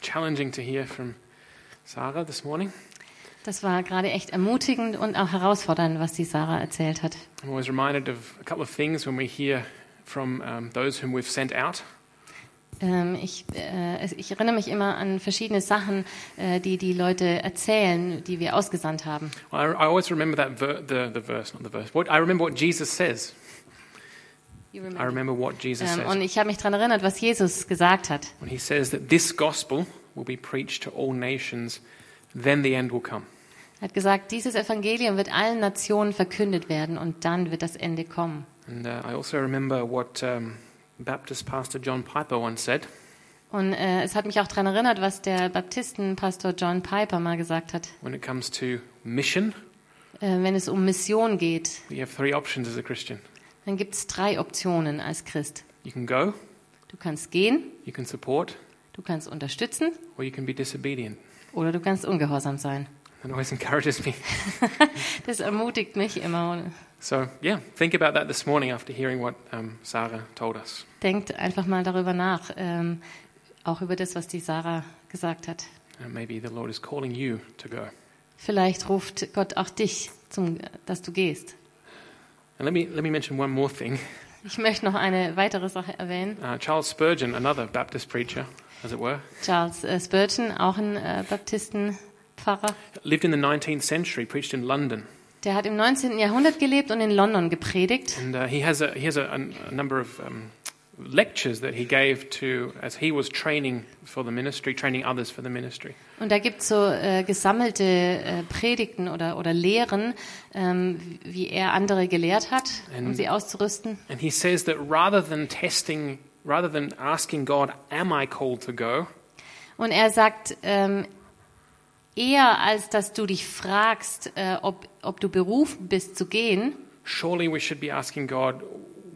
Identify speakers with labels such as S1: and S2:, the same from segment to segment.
S1: challenging to hear from Sarah this morning.
S2: Das war gerade echt ermutigend und auch herausfordernd, was die Sarah erzählt hat.
S1: I'm always reminded of a couple of things when we hear from um, those whom we've sent out.
S2: Ähm, ich, äh, es- ich erinnere mich immer an verschiedene Sachen, äh, die die Leute erzählen, die wir ausgesandt haben.
S1: I, I always remember that ver- the, the verse, not the verse. What, I remember what Jesus says. I remember what Jesus
S2: Ähm, und
S1: says.
S2: ich habe mich daran erinnert, was Jesus gesagt hat.
S1: When he says that this gospel will be preached to all nations, then the end will come.
S2: Er hat gesagt, dieses Evangelium wird allen Nationen verkündet werden und dann wird das Ende kommen.
S1: And uh, I also remember what um, Baptist pastor John Piper once said.
S2: Und äh, es hat mich auch daran erinnert, was der Baptistenpastor John Piper mal gesagt hat.
S1: When it comes to mission,
S2: Äh, wenn es um Mission geht,
S1: you have three options as a Christian
S2: dann gibt es drei Optionen als Christ.
S1: you can go,
S2: Du kannst gehen,
S1: you can support,
S2: du kannst unterstützen
S1: or you can be disobedient.
S2: oder du kannst ungehorsam sein.
S1: That always encourages me.
S2: Das ermutigt mich immer.
S1: So, yeah, think about that this morning after hearing what um, Sarah told us.
S2: Denkt einfach mal darüber nach, ähm, auch über das, was die Sarah gesagt hat.
S1: And maybe the Lord is calling you to go.
S2: Vielleicht ruft Gott auch dich, zum, dass du gehst.
S1: And let me, let me mention one more thing.
S2: Ich möchte noch eine weitere Sache erwähnen.
S1: Uh, Charles Spurgeon, another Baptist preacher, as it were,
S2: Charles äh, Spurgeon, auch ein äh, Baptistenpfarrer,
S1: lived in the 19th century, preached in London.
S2: der hat im 19. Jahrhundert gelebt und in London gepredigt.
S1: And uh, he has, a, he has a, a, a number of um, lectures that he gave to, as he was training for the ministry, training others for the ministry.
S2: Und da gibt es so äh, gesammelte äh, Predigten oder, oder Lehren, ähm, wie er andere gelehrt hat, um
S1: Ähm.
S2: sie auszurüsten.
S1: And he says that rather than testing, rather than asking God, am I called to go?
S2: Und er sagt, ähm, eher als dass du dich fragst, äh, ob, ob du berufen bist zu gehen,
S1: Surely we should be asking God,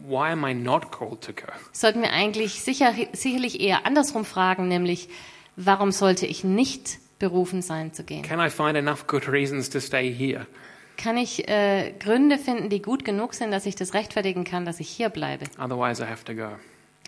S1: why am I not called to go?
S2: sollten wir eigentlich sicher, sicherlich eher andersrum fragen, nämlich, warum sollte ich nicht berufen sein zu gehen?
S1: Can I find enough good reasons to stay here?
S2: Kann ich äh, Gründe finden, die gut genug sind, dass ich das rechtfertigen kann, dass ich hier bleibe?
S1: Otherwise, I have to go.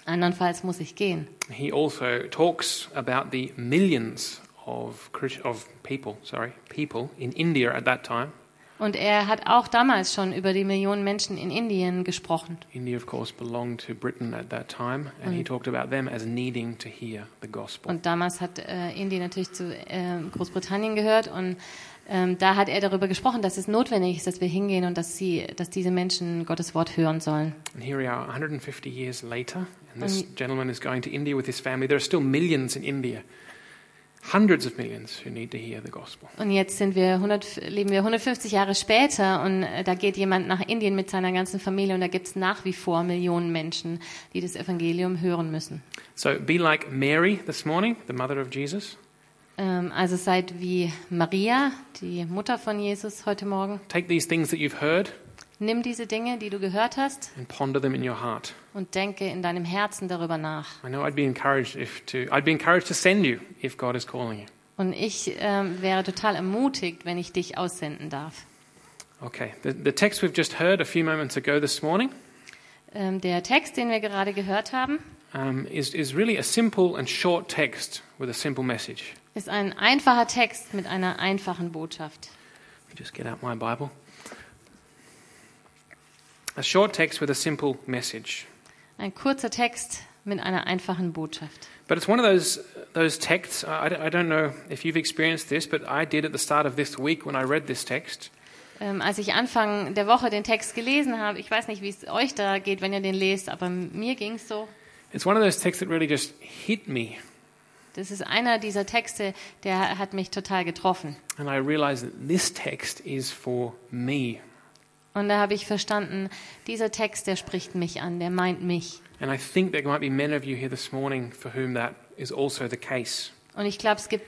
S2: Andernfalls muss ich gehen.
S1: He also talks about the millions of, Chris- of people, sorry, people in India at that time.
S2: Und er hat auch damals schon über die Millionen Menschen in Indien gesprochen.
S1: India, of course, belonged to Britain at that time, and he talked about them as needing to hear the gospel.
S2: Und damals hat äh, Indien natürlich zu äh, Großbritannien gehört und ähm, da hat er darüber gesprochen, dass es notwendig ist, dass wir hingehen und dass sie, dass diese Menschen Gottes Wort hören sollen.
S1: And here we are, 150 years later, and this gentleman is going to India with his family. There are still millions in India, hundreds of millions who need to hear the gospel.
S2: Und jetzt sind wir 100, leben wir 150 Jahre später und äh, da geht jemand nach Indien mit seiner ganzen Familie und da gibt es nach wie vor Millionen Menschen, die das Evangelium hören müssen.
S1: So be like Mary this morning, the mother of Jesus.
S2: Ähm, also seid wie Maria, die Mutter von Jesus heute Morgen.
S1: Take these things that you've heard
S2: Nimm diese Dinge, die du gehört hast
S1: and ponder them in your heart.
S2: und denke in deinem Herzen darüber nach.
S1: I know I'd be encouraged if to I'd be encouraged to send you if God is calling you.
S2: Und ich ähm, wäre total ermutigt, wenn ich dich aussenden darf.
S1: Okay. The, the text we've just heard a few moments ago this morning
S2: Ähm, der Text, den wir gerade gehört haben,
S1: um, is, is really a simple and short text with a simple message.
S2: ist ein einfacher Text mit einer einfachen Botschaft.
S1: Let me just get out my Bible. A short text with a simple message.
S2: Ein kurzer Text mit einer einfachen Botschaft.
S1: But it's one of those, those texts. I, I don't- I don't know if you've experienced this, but I did at the start of this week when I read this text.
S2: Ähm, als ich Anfang der Woche den Text gelesen habe, ich weiß nicht, wie es euch da geht, wenn ihr den lest, aber mir ging es so.
S1: It's one of those texts that really just hit me.
S2: Das ist einer dieser Texte, der hat mich total getroffen.
S1: And I realized that this text is for me.
S2: Und da habe ich verstanden, dieser Text, der spricht mich an, der meint mich.
S1: And I think there might be many of you here this morning for whom that is also the case.
S2: Und ich glaube, es gibt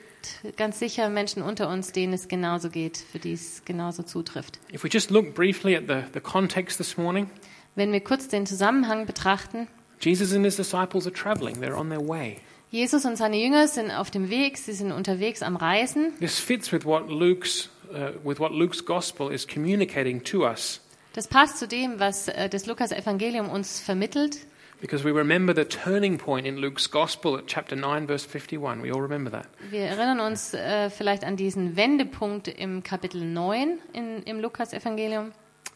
S2: ganz sicher Menschen unter uns, denen es genauso geht, für die es genauso zutrifft.
S1: If we just look briefly at the, the context this morning,
S2: Wenn wir kurz den Zusammenhang betrachten,
S1: Jesus and his disciples are traveling, they're on their way.
S2: Jesus und seine Jünger sind auf dem Weg, sie sind unterwegs am Reisen.
S1: This fits with what Luke's, uh, with what Luke's gospel is communicating to us.
S2: Das passt zu dem, was äh, das Lukas-Evangelium uns vermittelt.
S1: Because we remember the turning point in Luke's Gospel at chapter 9, verse 51. We all remember that.
S2: Wir erinnern uns äh, vielleicht an diesen Wendepunkt im Kapitel 9 in, im Lukas-Evangelium.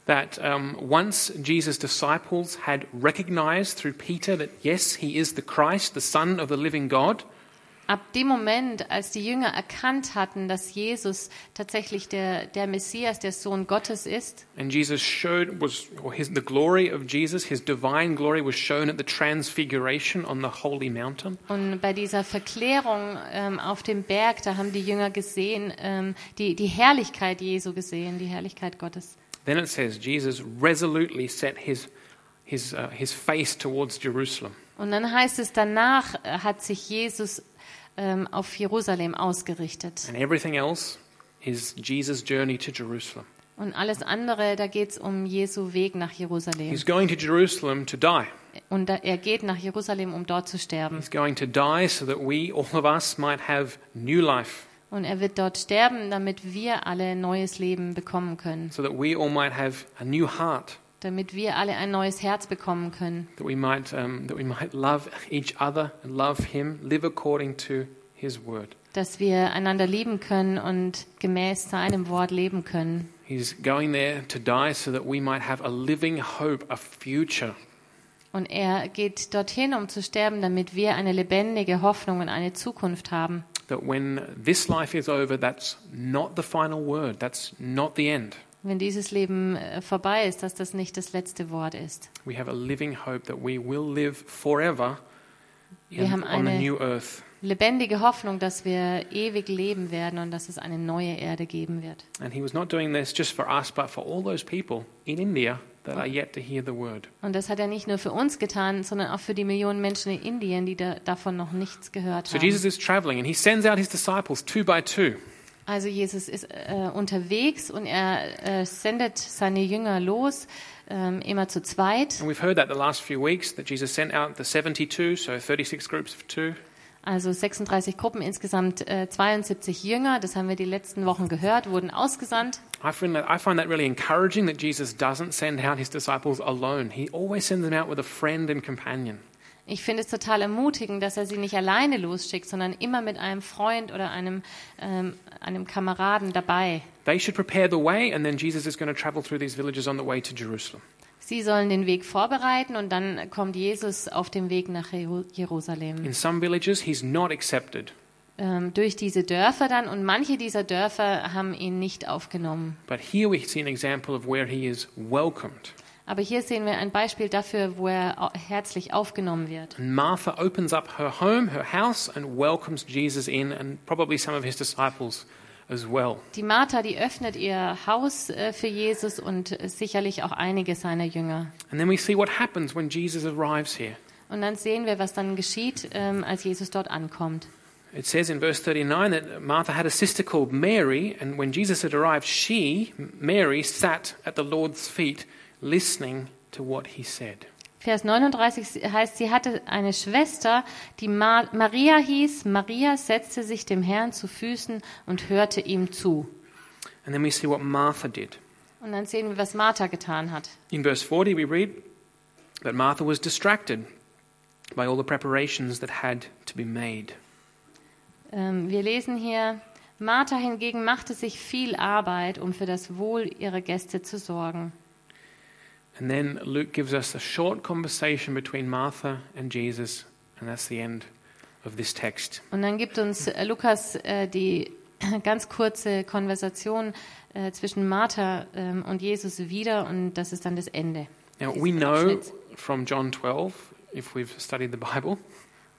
S1: That um, once Jesus' disciples had recognized through Peter that, yes, he is the Christ, the Son of the living God,
S2: Ab dem Moment, als die Jünger erkannt hatten, dass Jesus tatsächlich der, der Messias, der Sohn Gottes ist,
S1: and Jesus showed, was, or his, the glory of Jesus, his divine glory, was shown at the transfiguration on the holy mountain.
S2: Und bei dieser Verklärung ähm, auf dem Berg, da haben die Jünger gesehen, ähm, die, die Herrlichkeit Jesu gesehen, die Herrlichkeit Gottes.
S1: Then it says, Jesus resolutely set his, his, uh, his face towards Jerusalem.
S2: Und dann heißt es, danach äh, hat sich Jesus ähm, auf Jerusalem ausgerichtet.
S1: And everything else is Jesus' journey to Jerusalem.
S2: Und alles andere, da geht es um Jesu Weg nach Jerusalem.
S1: He's going to Jerusalem to die.
S2: Und da, er geht nach Jerusalem, um dort zu sterben.
S1: He's going to die so that we, all of us, might have new life,
S2: Und er wird dort sterben, damit wir alle neues Leben bekommen können.
S1: so that we all might have a new heart,
S2: Damit wir alle ein neues Herz bekommen können.
S1: that we might, um, that we might love each other and love Him, live according to His word.
S2: dass wir einander lieben können und gemäß seinem Wort leben können.
S1: He's going there to die so that we might have a living hope, a future.
S2: Und er geht dorthin, um zu sterben, damit wir eine lebendige Hoffnung und eine Zukunft haben.
S1: That when this life is over, that's not the final word, that's not the end.
S2: Wenn dieses Leben äh, vorbei ist, dass das nicht das letzte Wort ist.
S1: We have a living hope that we will live forever
S2: Wir
S1: in-
S2: haben
S1: on a
S2: eine-
S1: new earth.
S2: Lebendige Hoffnung, dass wir ewig leben werden und dass es eine neue Erde geben wird.
S1: And he was not doing this just for us, but for all those people in India that are yet to hear the word.
S2: Und das hat er nicht nur für uns getan, sondern auch für die Millionen Menschen in Indien, die da, davon noch nichts gehört
S1: So
S2: haben.
S1: Jesus is traveling and he sends out his disciples two by two.
S2: Also Jesus ist äh, unterwegs und er äh, sendet seine Jünger los, ähm, immer zu zweit.
S1: And we've heard that the last few weeks that Jesus sent out the 72, so 36 groups of two.
S2: Also 36 Gruppen, insgesamt äh, 72 Jünger, das haben wir die letzten Wochen gehört, wurden ausgesandt.
S1: I find, that, I find that really encouraging that Jesus doesn't send out his disciples alone. He always sends them out with a friend and companion.
S2: Ich finde es total ermutigend, dass er sie nicht alleine losschickt, sondern immer mit einem Freund oder einem, ähm, einem Kameraden dabei.
S1: They should prepare the way, and then Jesus is going to travel through these villages on the way to Jerusalem.
S2: Sie sollen den Weg vorbereiten und dann kommt Jesus auf dem Weg nach Jeru Jerusalem.
S1: In some villages, he's not accepted,
S2: Ähm, durch diese Dörfer dann und manche dieser Dörfer haben ihn nicht aufgenommen.
S1: but here we see an example of where he is welcomed.
S2: Aber hier sehen wir ein Beispiel dafür, wo er au- herzlich aufgenommen wird.
S1: And Martha opens up her home, her house, and welcomes Jesus in, and probably some of his disciples as well.
S2: Die Martha, die öffnet ihr Haus äh, für Jesus und äh, sicherlich auch einige seiner Jünger.
S1: And then we see what happens when Jesus arrives here.
S2: Und dann sehen wir, was dann geschieht, ähm, als Jesus dort ankommt.
S1: It says in verse 39 that Martha had a sister called Mary, and when Jesus had arrived, she, Mary, sat at the Lord's feet listening to what he said.
S2: Vers 39 heißt, sie hatte eine Schwester, die Ma Maria hieß. Maria setzte sich dem Herrn zu Füßen und hörte ihm zu.
S1: And then we see what Martha did.
S2: Und dann sehen wir, was Martha getan hat.
S1: In verse 40, we read that Martha was distracted by all the preparations that had to be made.
S2: Ähm, wir lesen hier, Martha hingegen machte sich viel Arbeit, um für das Wohl ihrer Gäste zu sorgen.
S1: And then Luke gives us a short conversation between Martha and Jesus, and that's the end of this text.
S2: Und dann gibt uns äh, Lukas äh, die ganz kurze Konversation äh, zwischen Martha ähm, und Jesus wieder und das ist dann das Ende.
S1: Now, we know from John 12, if we've studied the Bible,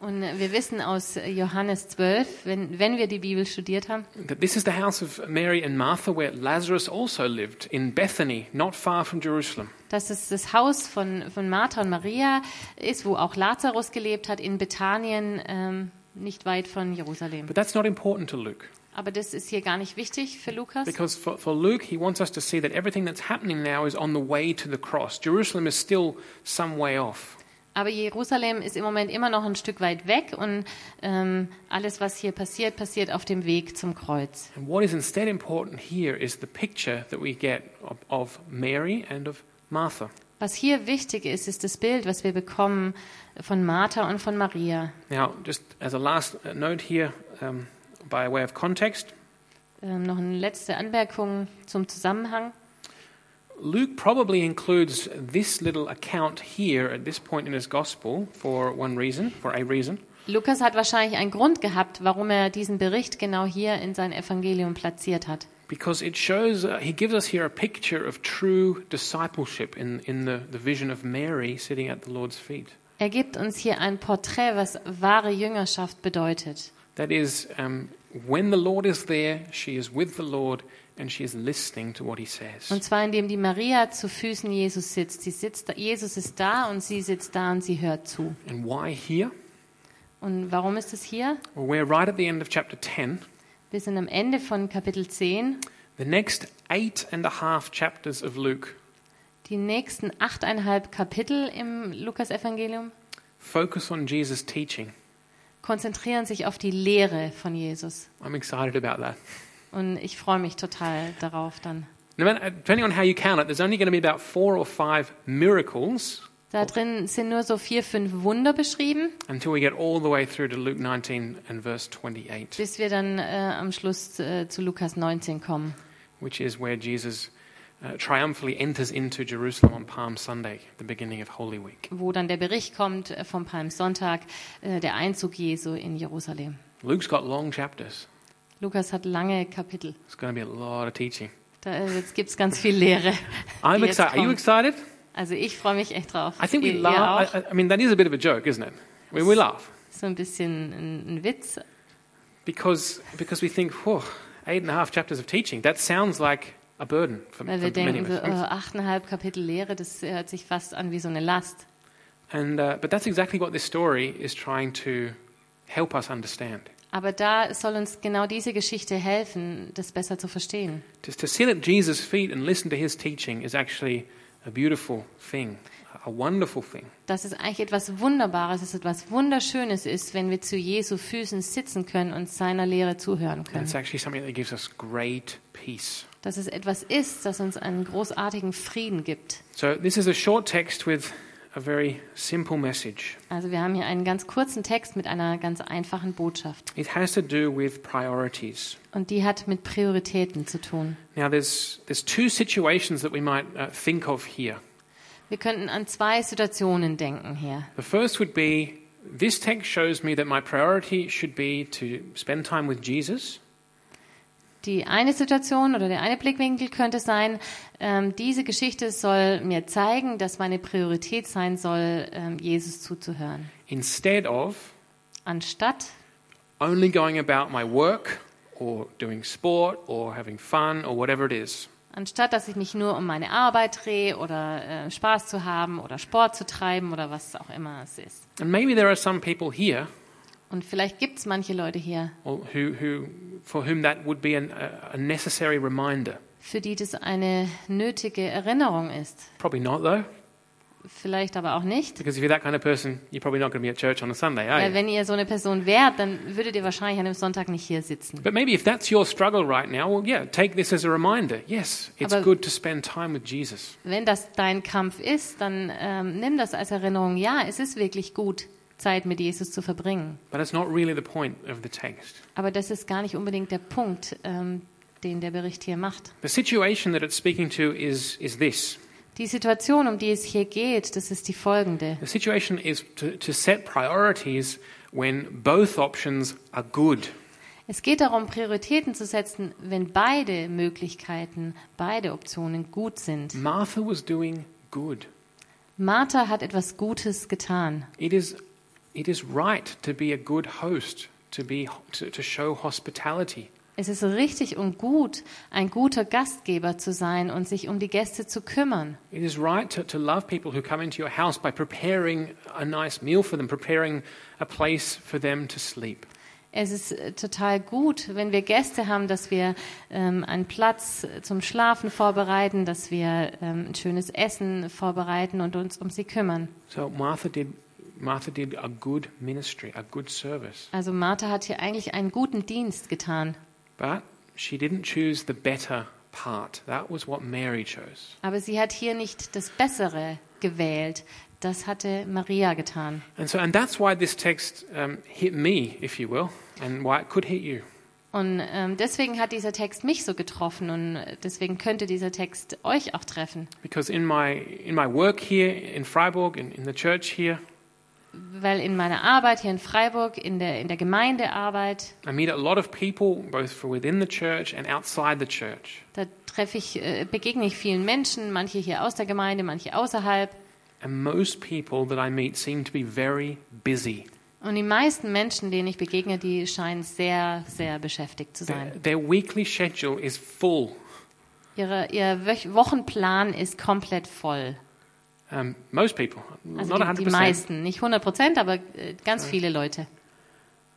S2: Und äh, wir wissen aus äh, Johannes 12, wenn, wenn wir die Bibel studiert haben,
S1: that this is the house of Mary and Martha where Lazarus also lived in Bethany, not far from Jerusalem.
S2: dass es das Haus von, von Martha und Maria ist, wo auch Lazarus gelebt hat, in Bethanien, ähm, nicht weit von Jerusalem.
S1: But that's not important to Luke
S2: Aber das ist hier gar nicht wichtig für Lukas.
S1: because for, for Luke, he wants us to see that everything that's happening now is on the way to the cross. Jerusalem is still some way off.
S2: Aber Jerusalem ist im Moment immer noch ein Stück weit weg und ähm, alles, was hier passiert, passiert auf dem Weg zum Kreuz.
S1: And what is instead important here is the picture that we get of, of Mary and of Martha.
S2: Was hier wichtig ist, ist das Bild, was wir bekommen von Martha und von Maria.
S1: Now, just as a last uh, note here, um, by way of context,
S2: Ähm, noch eine letzte Anmerkung zum Zusammenhang.
S1: Luke probably includes this little account here at this point in his gospel for one reason, for a reason.
S2: Lukas hat wahrscheinlich einen Grund gehabt, warum er diesen Bericht genau hier in sein Evangelium platziert hat.
S1: Because it shows, uh, he gives us here a picture of true discipleship in, in the, the vision of Mary sitting at the Lord's feet.
S2: Er gibt uns hier ein Porträt, was wahre Jüngerschaft bedeutet.
S1: That is, um, when the Lord is there, she is with the Lord and she is listening to what he says.
S2: Und zwar indem die Maria zu Füßen Jesus sitzt. Sie sitzt Jesus ist da und sie sitzt da und sie hört zu.
S1: And why here?
S2: Und warum ist es hier?
S1: Well, we're right at the end of chapter 10.
S2: Wir sind am Ende von Kapitel 10.
S1: The next eight and a half chapters of Luke
S2: Die nächsten achteinhalb Kapitel im Lukas-Evangelium
S1: focus on Jesus' teaching.
S2: konzentrieren sich auf die Lehre von Jesus.
S1: I'm excited about that.
S2: Und ich freue mich total darauf dann.
S1: No matter- Depending on how you count it, there's only going to be about four or five miracles
S2: Da drin sind nur so vier, fünf Wunder beschrieben,
S1: until we get all the way through to Luke 19 and verse 28,
S2: bis wir dann äh, am Schluss äh, zu Lukas 19 kommen.
S1: which is where Jesus uh, triumphantly enters into Jerusalem on Palm Sunday, the beginning of Holy Week.
S2: wo dann der Bericht kommt äh, vom Palmsonntag, äh, der Einzug Jesu in Jerusalem.
S1: Luke's got long chapters.
S2: Lukas hat lange Kapitel.
S1: It's going to be a lot of teaching.
S2: Da äh, jetzt gibt's ganz viel Lehre.
S1: I'm
S2: die
S1: excited.
S2: jetzt
S1: Are you
S2: kommt.
S1: excited?
S2: Also ich freue mich echt drauf.
S1: I think
S2: Ihr-
S1: we
S2: ihr
S1: laugh.
S2: auch?
S1: I, I- I mean, that is a bit of a joke, isn't it? I mean, we laugh
S2: So ein bisschen ein, ein Witz.
S1: because, because we think, whoa, eight and a half chapters of teaching, that sounds like a burden for, for
S2: Weil wir
S1: many
S2: denken,
S1: of
S2: so,
S1: us.
S2: äh, achteinhalb Kapitel Lehre, das hört sich fast an wie so eine Last.
S1: And, uh, but that's exactly what this story is trying to help us understand.
S2: Aber da soll uns genau diese Geschichte helfen, das besser zu verstehen.
S1: Just to sit at Jesus' feet and listen to his teaching is actually a beautiful thing, a wonderful thing.
S2: Dass es eigentlich etwas Wunderbares ist, etwas Wunderschönes ist, wenn wir zu Jesu Füßen sitzen können und seiner Lehre zuhören
S1: And
S2: können.
S1: it's actually something that gives us great peace.
S2: dass es etwas ist, das uns einen großartigen Frieden gibt.
S1: So, this is a short text with a very simple message.
S2: Also wir haben hier einen ganz kurzen Text mit einer ganz einfachen Botschaft
S1: It has to do with priorities.
S2: und die hat mit Prioritäten zu tun.
S1: Now, there's, there's two situations that we might uh, think of here.
S2: Wir könnten an zwei Situationen denken hier.
S1: The first would be this text shows me that my priority should be to spend time with Jesus.
S2: Die eine Situation oder der eine Blickwinkel könnte sein, ähm, diese Geschichte soll mir zeigen, dass meine Priorität sein soll, ähm, Jesus zuzuhören,
S1: instead of
S2: anstatt
S1: only going about my work or doing sport or having fun or whatever it is.
S2: anstatt dass ich mich nur um meine Arbeit drehe oder äh, Spaß zu haben oder Sport zu treiben oder was auch immer es ist.
S1: And maybe there are some people here
S2: Und vielleicht gibt's manche Leute hier,
S1: or who, who, for whom that would be an, a, a necessary reminder.
S2: für die das eine nötige Erinnerung ist.
S1: Probably not, though,
S2: Vielleicht aber auch nicht.
S1: because if you're that kind of person, you're probably not going to be at church on a Sunday, are
S2: Weil
S1: you?
S2: wenn ihr so eine Person wärt, dann würdet ihr wahrscheinlich an einem Sonntag nicht hier sitzen.
S1: But maybe if that's your struggle right now, well, yeah, take this as a reminder. Yes, it's
S2: Aber-
S1: good to spend time with Jesus.
S2: Wenn das dein Kampf ist, dann ähm, nimm das als Erinnerung. Ja, es ist wirklich gut, Zeit mit Jesus zu verbringen.
S1: But that's not really the point of the text.
S2: Aber das ist gar nicht unbedingt der Punkt, ähm, den der Bericht hier macht.
S1: The situation that it's speaking to is, is this
S2: Die Situation, um die es hier geht, das ist die folgende.
S1: The situation is to, to set priorities when both options are good.
S2: Es geht darum, Prioritäten zu setzen, wenn beide Möglichkeiten, beide Optionen gut sind.
S1: Martha was doing good.
S2: Martha hat etwas Gutes getan.
S1: It is, it is right to be a good host, to, be, to, to show hospitality.
S2: Es ist richtig und gut, ein guter Gastgeber zu sein und sich um die Gäste zu kümmern.
S1: It is right to, to love people who come into your house by preparing a nice meal for them, preparing a place for them to sleep.
S2: Es ist äh, total gut, wenn wir Gäste haben, dass wir ähm, einen Platz äh, zum Schlafen vorbereiten, dass wir ähm, ein schönes Essen vorbereiten und uns um sie kümmern.
S1: So Martha did, Martha did a good ministry, a good service,
S2: Also Martha hat hier eigentlich einen guten Dienst getan.
S1: but she didn't choose the better part. That was what Mary chose.
S2: Aber sie hat hier nicht das Bessere gewählt. Das hatte Maria getan.
S1: And so, and that's why this text um, hit me, if you will, and why it could hit you.
S2: Und ähm, deswegen hat dieser Text mich so getroffen und äh, deswegen könnte dieser Text euch auch treffen.
S1: Because in my in my work here in Freiburg, in, in the church here,
S2: Weil in meiner Arbeit hier in Freiburg, in der, in der Gemeindearbeit,
S1: I meet a lot of people, both from within the church and outside the church.
S2: da treffe ich, äh, begegne ich vielen Menschen, manche hier aus der Gemeinde, manche außerhalb.
S1: And most people that I meet seem to be very busy.
S2: Und die meisten Menschen, denen ich begegne, die scheinen sehr, sehr beschäftigt zu
S1: Their,
S2: sein.
S1: their weekly schedule is full.
S2: Ihre, ihr Wöch- Wochenplan ist komplett voll.
S1: Um, most people,
S2: Also
S1: not
S2: die, die
S1: 100%.
S2: meisten, nicht 100 Prozent, aber äh, ganz viele Leute.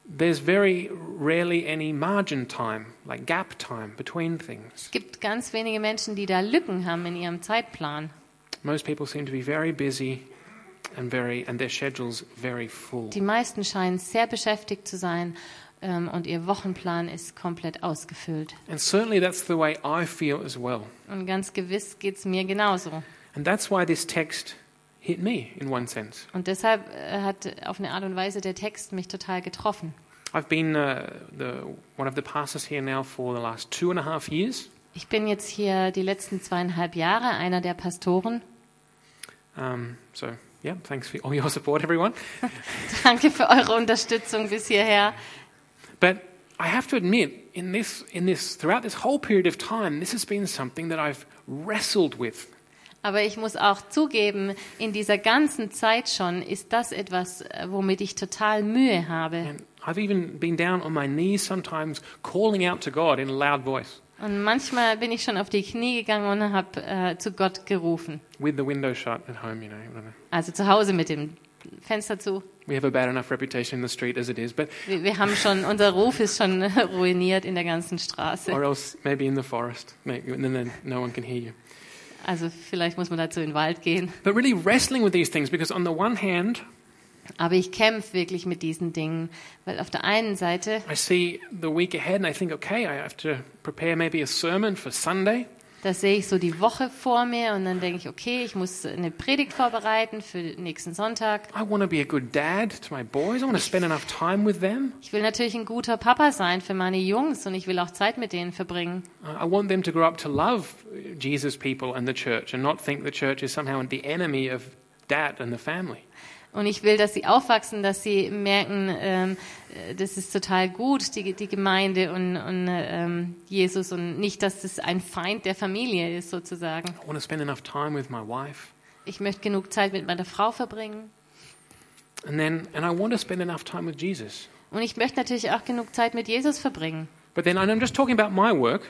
S1: There's very rarely any margin time, like gap time between things.
S2: Es gibt ganz wenige Menschen, die da Lücken haben in ihrem Zeitplan.
S1: Most people seem to be very busy and very and their schedules very full.
S2: Die meisten scheinen sehr beschäftigt zu sein ähm, und ihr Wochenplan ist komplett ausgefüllt.
S1: And certainly that's the way I feel as well.
S2: Und ganz gewiss geht es mir genauso.
S1: And that's why this text hit me in one sense.
S2: Und deshalb äh, hat auf eine Art und Weise der Text mich total getroffen.
S1: I've been uh, the, one of the pastors here now for the last two and a half years.
S2: Ich bin jetzt hier die letzten zweieinhalb Jahre einer der Pastoren.
S1: Um, so, yeah, thanks for all your support, everyone.
S2: Danke für eure Unterstützung bis hierher.
S1: But I have to admit, in this, in this, throughout this whole period of time, this has been something that I've wrestled with.
S2: Aber ich muss auch zugeben, in dieser ganzen Zeit schon ist das etwas, äh, womit ich total Mühe habe.
S1: And I've even been down on my knees sometimes calling out to God in a loud voice
S2: Und manchmal bin ich schon auf die Knie gegangen und habe äh, zu Gott gerufen.
S1: with the window shut at home, you know. whatever.
S2: Also zu Hause mit dem Fenster zu.
S1: We have a bad enough reputation in the street as it is, but
S2: Wir, wir haben schon, unser Ruf ist schon ruiniert in der ganzen Straße.
S1: or else maybe in the forest, maybe, and then no one can hear you.
S2: Also vielleicht muss man dazu in den Wald gehen.
S1: But really wrestling with these things because on the one hand,
S2: Aber ich kämpfe wirklich mit diesen Dingen, weil auf der einen Seite,
S1: I see the week ahead and I think, okay, I have to prepare maybe a sermon for Sunday.
S2: da sehe ich so die Woche vor mir und dann denke ich, okay, ich muss eine Predigt vorbereiten für nächsten Sonntag.
S1: I want to be a good dad to my boys. I want to spend enough time with them.
S2: Ich will natürlich ein guter Papa sein für meine Jungs und ich will auch Zeit mit denen verbringen.
S1: Uh, I I want them to grow up to love Jesus people and the church and not think the church is somehow the enemy of dad and the family.
S2: Und ich will, dass sie aufwachsen, dass sie merken, ähm, äh, das ist total gut, die, die Gemeinde und, und äh, ähm, Jesus und nicht, dass es ein Feind der Familie ist sozusagen.
S1: I want to spend enough time with my wife.
S2: Ich möchte genug Zeit mit meiner Frau verbringen
S1: And then and I want to spend enough time with Jesus.
S2: und ich möchte natürlich auch genug Zeit mit Jesus verbringen.
S1: But then and I'm just talking about my work.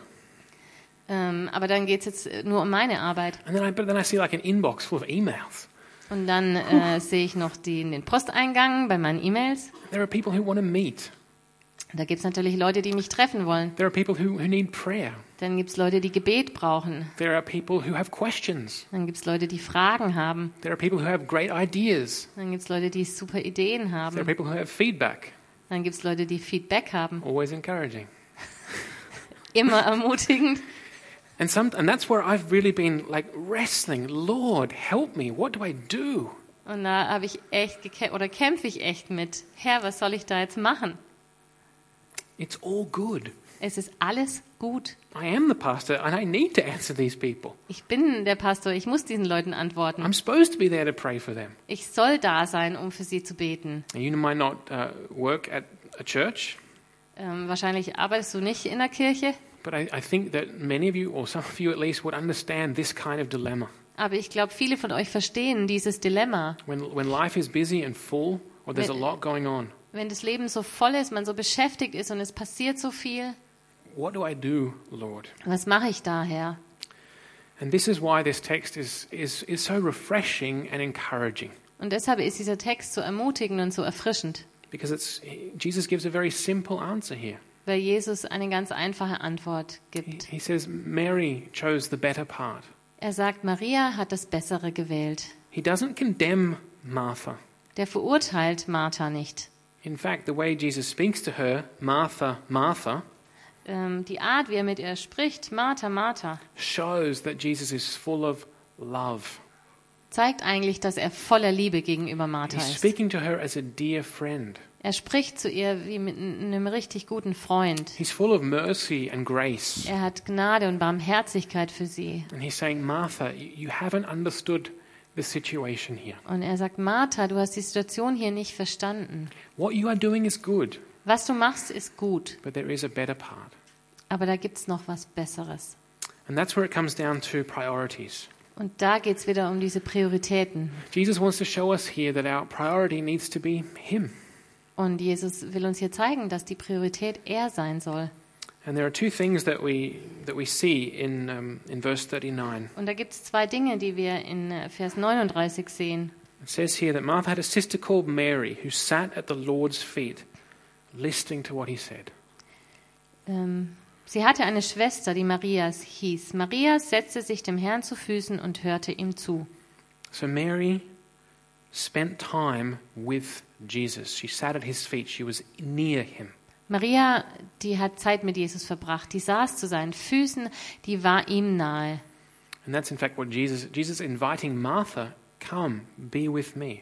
S2: Ähm, aber dann geht's jetzt äh, nur um meine Arbeit.
S1: And then I, but then I see like an inbox full of emails.
S2: Und dann äh, sehe ich noch die, den Posteingang bei meinen E-Mails.
S1: There are people who want to meet.
S2: Da gibt's natürlich Leute, die mich treffen wollen.
S1: There are people who, who need prayer.
S2: Dann gibt's Leute, die Gebet brauchen.
S1: There are people who have questions.
S2: Dann gibt's Leute, die Fragen haben.
S1: There are people who have great ideas.
S2: Dann gibt's Leute, die super Ideen
S1: There are
S2: haben.
S1: people who have feedback.
S2: Dann gibt's Leute, die Feedback haben.
S1: Always encouraging.
S2: Immer ermutigend.
S1: And some, and that's where I've really been like wrestling. Lord, help me. What do I do?
S2: Und da habe ich echt gekä- oder kämpfe ich echt mit. Herr, was soll ich da jetzt machen?
S1: It's all good.
S2: Es ist alles gut.
S1: I am the pastor, and I need to answer these people.
S2: Ich bin der Pastor. Ich muss diesen Leuten antworten.
S1: I'm supposed to be there to pray for them.
S2: Ich soll da sein, um für sie zu beten.
S1: You might not uh, work at a church,
S2: Ähm, wahrscheinlich arbeitest du nicht in der Kirche,
S1: but I, I think that many of you, or some of you at least, would understand this kind of dilemma.
S2: aber ich glaube, viele von euch verstehen dieses Dilemma.
S1: When, when life is busy and full, or there's a
S2: Wenn-
S1: lot going on,
S2: Wenn das Leben so voll ist, man so beschäftigt ist und es passiert so viel,
S1: what do I do, Lord?
S2: was mache ich daher?
S1: And this is why this text is, is, is so refreshing and encouraging,
S2: Und deshalb ist dieser Text so ermutigend und so erfrischend,
S1: because it's, Jesus gives a very simple answer here.
S2: weil Jesus eine ganz einfache Antwort
S1: He,
S2: gibt.
S1: he says, Mary chose the better part.
S2: Er sagt, Maria hat das Bessere gewählt.
S1: He doesn't condemn Martha.
S2: Der verurteilt Martha nicht.
S1: In fact, the way Jesus speaks to her, Martha, Martha,
S2: Ähm, die Art, wie er mit ihr spricht, Martha, Martha,
S1: shows that Jesus is full of love.
S2: zeigt eigentlich, dass er voller Liebe gegenüber Martha
S1: He's
S2: ist.
S1: speaking to her as a dear friend.
S2: Er spricht zu ihr wie mit einem richtig guten Freund.
S1: He's full of mercy and grace.
S2: Er hat Gnade und Barmherzigkeit für sie.
S1: And he's saying, Martha, you you haven't understood the situation here.
S2: Und er sagt, Martha, du hast die Situation hier nicht verstanden.
S1: What you are doing is good,
S2: Was du machst, ist gut,
S1: but there is a better part.
S2: aber da gibt's noch was Besseres.
S1: And that's where it comes down to priorities.
S2: Und da geht's wieder um diese Prioritäten.
S1: Jesus wants to show us here that our priority needs to be Him.
S2: Und Jesus will uns hier zeigen, dass die Priorität er sein soll.
S1: And there are two things that we, that we see in, um, in verse 39.
S2: Und da gibt's zwei Dinge, die wir in äh, Vers 39 sehen.
S1: It says here that Martha had a sister called Mary who sat at the Lord's feet, listening to what he said.
S2: Ähm, sie hatte eine Schwester, die Marias hieß. Maria setzte sich dem Herrn zu Füßen und hörte ihm zu.
S1: So Mary spent time with Jesus. She sat at his feet, she was near him.
S2: Maria, die hat Zeit mit Jesus verbracht, die saß zu seinen Füßen, die war ihm nahe.
S1: And that's in fact what Jesus Jesus inviting Martha, come, be with me.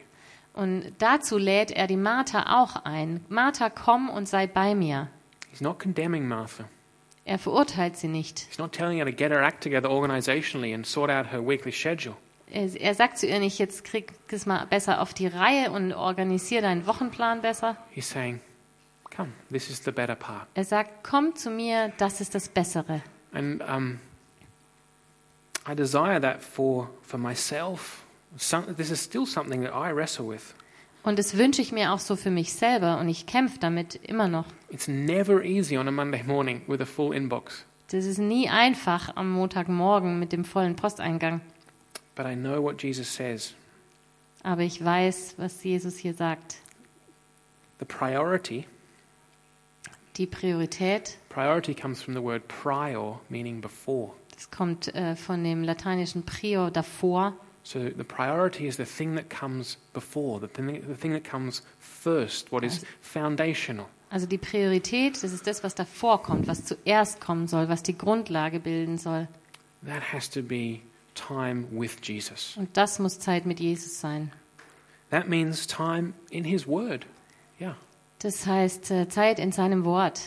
S2: Und dazu lädt er die Martha auch ein. Martha, komm und sei bei mir.
S1: He's not condemning Martha.
S2: Er verurteilt sie nicht.
S1: He's not telling her to get her act together organizationally and sort out her weekly schedule.
S2: Er, er sagt zu ihr nicht, jetzt krieg es mal besser auf die Reihe und organisier deinen Wochenplan besser.
S1: He's saying, come, this is the better part.
S2: Er sagt, komm zu mir, das ist das Bessere.
S1: And um, I desire that for, for myself. Some, this is still something that I wrestle with.
S2: Und das wünsche ich mir auch so für mich selber und ich kämpfe damit immer noch.
S1: It's never easy on a Monday morning with a full inbox,
S2: Das ist nie einfach am Montagmorgen mit dem vollen Posteingang.
S1: but I know what Jesus says.
S2: Aber ich weiß, was Jesus hier sagt.
S1: The priority,
S2: Die Priorität,
S1: priority comes from the word prior, meaning before.
S2: das kommt äh, von dem lateinischen Prior davor.
S1: So the priority is the thing that comes before, the thing, the thing that comes first, what is foundational.
S2: Also die Priorität, das ist das, was davor kommt, was zuerst kommen soll, was die Grundlage bilden soll.
S1: That has to be time with Jesus.
S2: Und das muss Zeit mit Jesus sein.
S1: That means time in His Word. Yeah.
S2: Das heißt äh, Zeit in seinem Wort,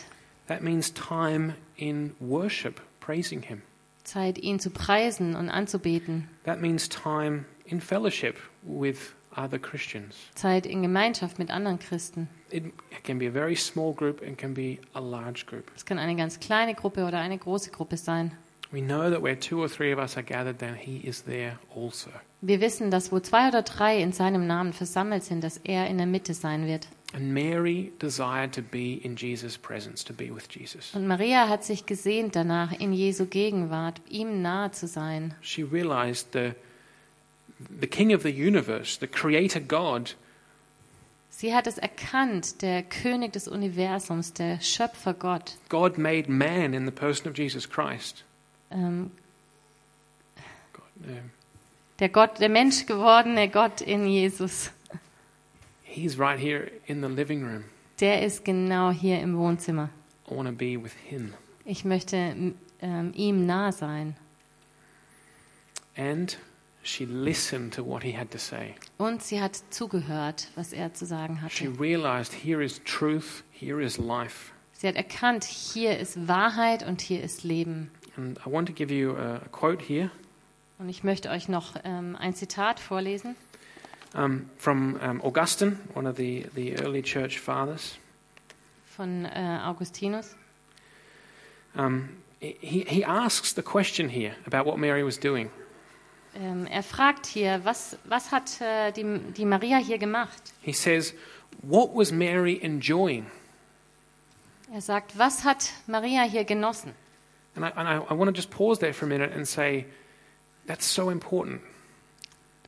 S1: That means time in worship, praising Him.
S2: Zeit ihn zu preisen und anzubeten,
S1: That means time in fellowship with other Christians.
S2: Zeit in Gemeinschaft mit anderen Christen.
S1: It can be a very small group and can be a large group.
S2: Es kann eine ganz kleine Gruppe oder eine große Gruppe sein.
S1: We know that where two or three of us are gathered, then He is there also.
S2: Wir wissen, dass wo zwei oder drei in seinem Namen versammelt sind, dass er in der Mitte sein wird.
S1: And Mary desired to be in Jesus' presence, to be with Jesus.
S2: Und Maria hat sich gesehnt danach, in Jesu Gegenwart, ihm nahe zu sein.
S1: She realized the, the King of the universe, the Creator God,
S2: Sie hat es erkannt, der König des Universums, der Schöpfer Gott.
S1: God made man in the person of Jesus Christ.
S2: Ähm,
S1: God, um,
S2: der Gott, der Mensch gewordene Gott in Jesus.
S1: he's right here in the living room.
S2: Der ist genau hier im Wohnzimmer.
S1: I want to be with him.
S2: Ich möchte m- ähm, ihm nah sein.
S1: And she listened to what he had to say.
S2: Und sie hat zugehört, was er zu sagen
S1: She
S2: hatte.
S1: realized here is truth, here is life.
S2: Sie hat erkannt, hier ist Wahrheit und hier ist Leben.
S1: And I want to give you a, a quote here
S2: Und ich möchte euch noch ähm, ein Zitat vorlesen
S1: um, from um, Augustine, one of the, the early church fathers.
S2: von äh, Augustinus.
S1: Um, he, he asks the question here about what Mary was doing.
S2: Ähm, er fragt hier, was, was hat äh, die, die Maria hier gemacht?
S1: He says, What was Mary enjoying?
S2: Er sagt, was hat Maria hier genossen?
S1: And I, and I, I want to just pause there for a minute and say, That's so important.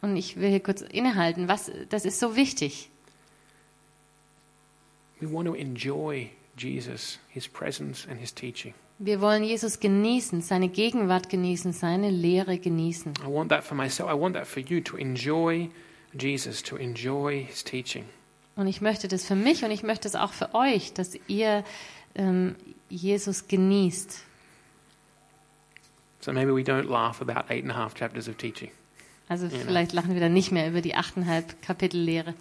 S2: Und ich will hier kurz innehalten. Was, das ist so wichtig.
S1: We want to enjoy Jesus, his presence, and his teaching.
S2: Wir wollen Jesus genießen, seine Gegenwart genießen, seine Lehre genießen.
S1: I want that for myself. I want that for you to enjoy Jesus, to enjoy his teaching.
S2: Und ich möchte das für mich und ich möchte es auch für euch, dass ihr ähm, Jesus genießt.
S1: So maybe we don't laugh about eight and a half chapters of teaching.
S2: Also vielleicht lachen wir dann nicht mehr über die achteinhalb Kapitel Lehre.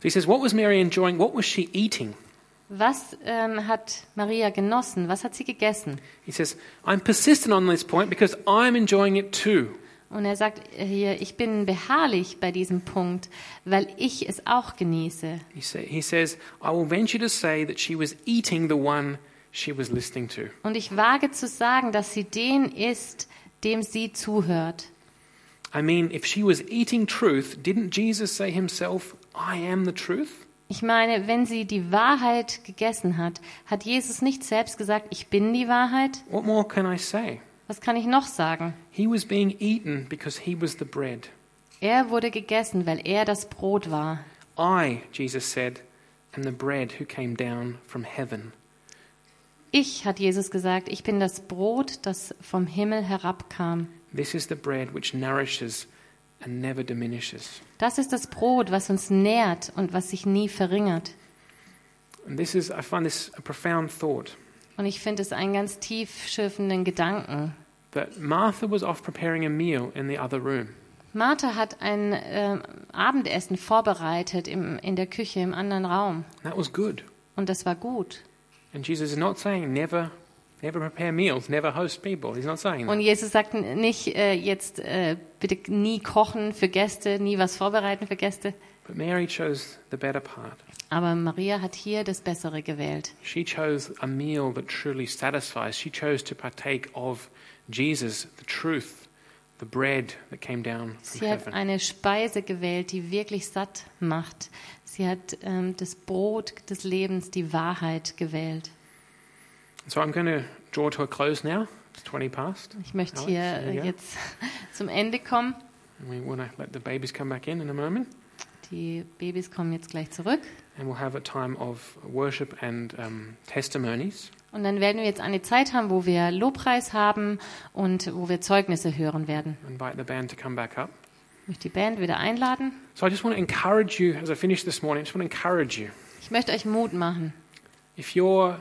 S1: So he says, What was Mary enjoying? What was she eating?
S2: Was ähm, hat Maria genossen? Was hat sie gegessen?
S1: He says, I'm persistent on this point because I'm enjoying it too.
S2: Und er sagt hier, ich bin beharrlich bei diesem Punkt, weil ich es auch genieße.
S1: He, say, he says, I will venture to say that she was eating the one she was listening to.
S2: Und ich wage zu sagen, dass sie den ist, dem sie zuhört.
S1: I mean, if she was eating truth, didn't Jesus say himself, I am the truth?
S2: Ich meine, wenn sie die Wahrheit gegessen hat, hat Jesus nicht selbst gesagt, ich bin die Wahrheit?
S1: What more can I say?
S2: Was kann ich noch sagen?
S1: He was being eaten because he was the bread.
S2: Er wurde gegessen, weil er das Brot war.
S1: I, Jesus said, am the bread who came down from heaven.
S2: Ich, hat Jesus gesagt, ich bin das Brot, das vom Himmel herabkam.
S1: This is the bread which nourishes and never diminishes.
S2: Das ist das Brot, was uns nährt und was sich nie verringert.
S1: And this is, I find this a profound thought
S2: Und ich finde es einen ganz tiefschürfenden Gedanken.
S1: that Martha was off preparing a meal in the other room.
S2: Martha hat ein ähm, Abendessen vorbereitet im, in der Küche im anderen Raum.
S1: That was good.
S2: Und das war gut.
S1: And Jesus is not saying never, never prepare meals, never host people. He's not saying
S2: Und
S1: that.
S2: Jesus sagt n- nicht äh, jetzt äh, bitte nie kochen für Gäste, nie was vorbereiten für Gäste.
S1: But Mary chose the better part.
S2: Aber Maria hat hier das Bessere gewählt.
S1: She chose a meal that truly satisfies. She chose to partake of Jesus, the truth, the bread that came down from
S2: Sie hat
S1: heaven.
S2: eine Speise gewählt, die wirklich satt macht. Sie hat ähm, das Brot des Lebens, die Wahrheit gewählt.
S1: So I'm going to draw to a close now. It's 20 past.
S2: Ich möchte
S1: Alex,
S2: hier
S1: there you
S2: äh,
S1: go.
S2: jetzt zum Ende kommen.
S1: And we want to let the babies come back in in a moment.
S2: Die Babys kommen jetzt gleich zurück.
S1: And we'll have a time of worship and um, testimonies.
S2: Und dann werden wir jetzt eine Zeit haben, wo wir Lobpreis haben und wo wir Zeugnisse hören werden.
S1: Invite the band to come back up.
S2: Ich möchte die Band wieder einladen.
S1: So I just want to encourage you, as I finish this morning, I just want to encourage you.
S2: Ich möchte euch Mut machen.
S1: If you're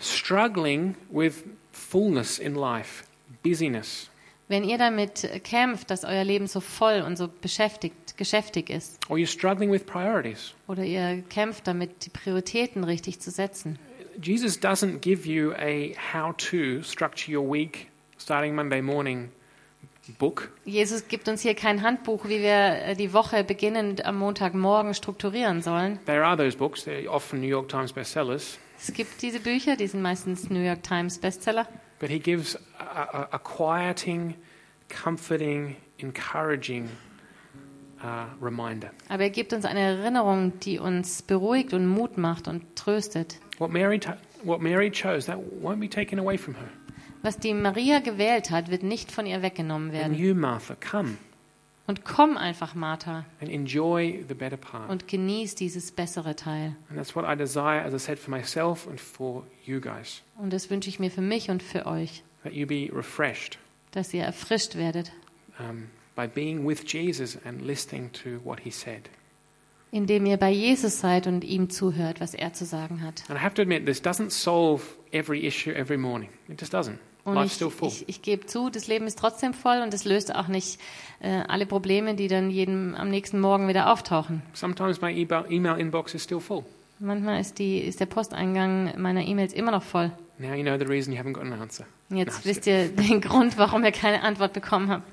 S1: struggling with fullness in life, busyness,
S2: Wenn ihr damit kämpft, dass euer Leben so voll und so beschäftigt, geschäftig ist,
S1: or you're struggling with priorities,
S2: oder ihr kämpft damit, die Prioritäten richtig zu setzen,
S1: Jesus doesn't give you a how to structure your week starting Monday morning book.
S2: Jesus gibt uns hier kein Handbuch, wie wir äh, die Woche beginnend am Montagmorgen strukturieren sollen.
S1: There are those books, they're often New York Times bestsellers,
S2: Es gibt diese Bücher, die sind meistens New York Times Bestseller.
S1: but he gives a, a, a quieting, comforting, encouraging uh, reminder.
S2: Aber er gibt uns eine Erinnerung, die uns beruhigt und Mut macht und tröstet.
S1: What Mary, t- what Mary chose, that won't be taken away from her.
S2: Was die Maria gewählt hat, wird nicht von ihr weggenommen
S1: And
S2: werden.
S1: you, Martha, come
S2: Und komm einfach, Martha,
S1: and enjoy the better part.
S2: und genieß dieses bessere Teil.
S1: And that's what I desire, as I said, for myself and for you guys,
S2: Und das wünsche ich mir für mich und für euch,
S1: that you be refreshed.
S2: dass ihr erfrischt werdet,
S1: um, by being with Jesus and listening to what he said.
S2: indem ihr bei Jesus seid und ihm zuhört, was er zu sagen hat.
S1: And I have to admit, this doesn't solve every issue every morning. It just doesn't.
S2: Und
S1: Life's
S2: ich,
S1: still full.
S2: ich, ich gebe zu, das Leben ist trotzdem voll und es löst auch nicht äh, alle Probleme, die dann jedem am nächsten Morgen wieder auftauchen.
S1: Sometimes my eba- email inbox is still full.
S2: Manchmal ist, die, ist der Posteingang meiner E-Mails immer noch voll.
S1: Now you know the reason you haven't got an answer.
S2: Und
S1: Nice.
S2: Jetzt wisst ihr den Grund, warum ihr keine Antwort bekommen habt.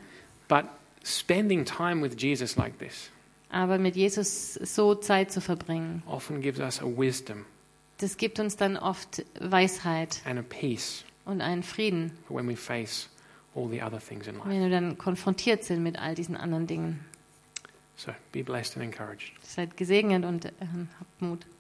S1: But spending time with Jesus like this
S2: Aber mit Jesus so Zeit zu verbringen,
S1: often gives us a wisdom
S2: das gibt uns dann oft Weisheit
S1: and a peace
S2: und einen Frieden,
S1: for when we face all the other things in life.
S2: wenn wir dann konfrontiert sind mit all diesen anderen Dingen.
S1: So be blessed and encouraged.
S2: Seid gesegnet und ähm, habt Mut.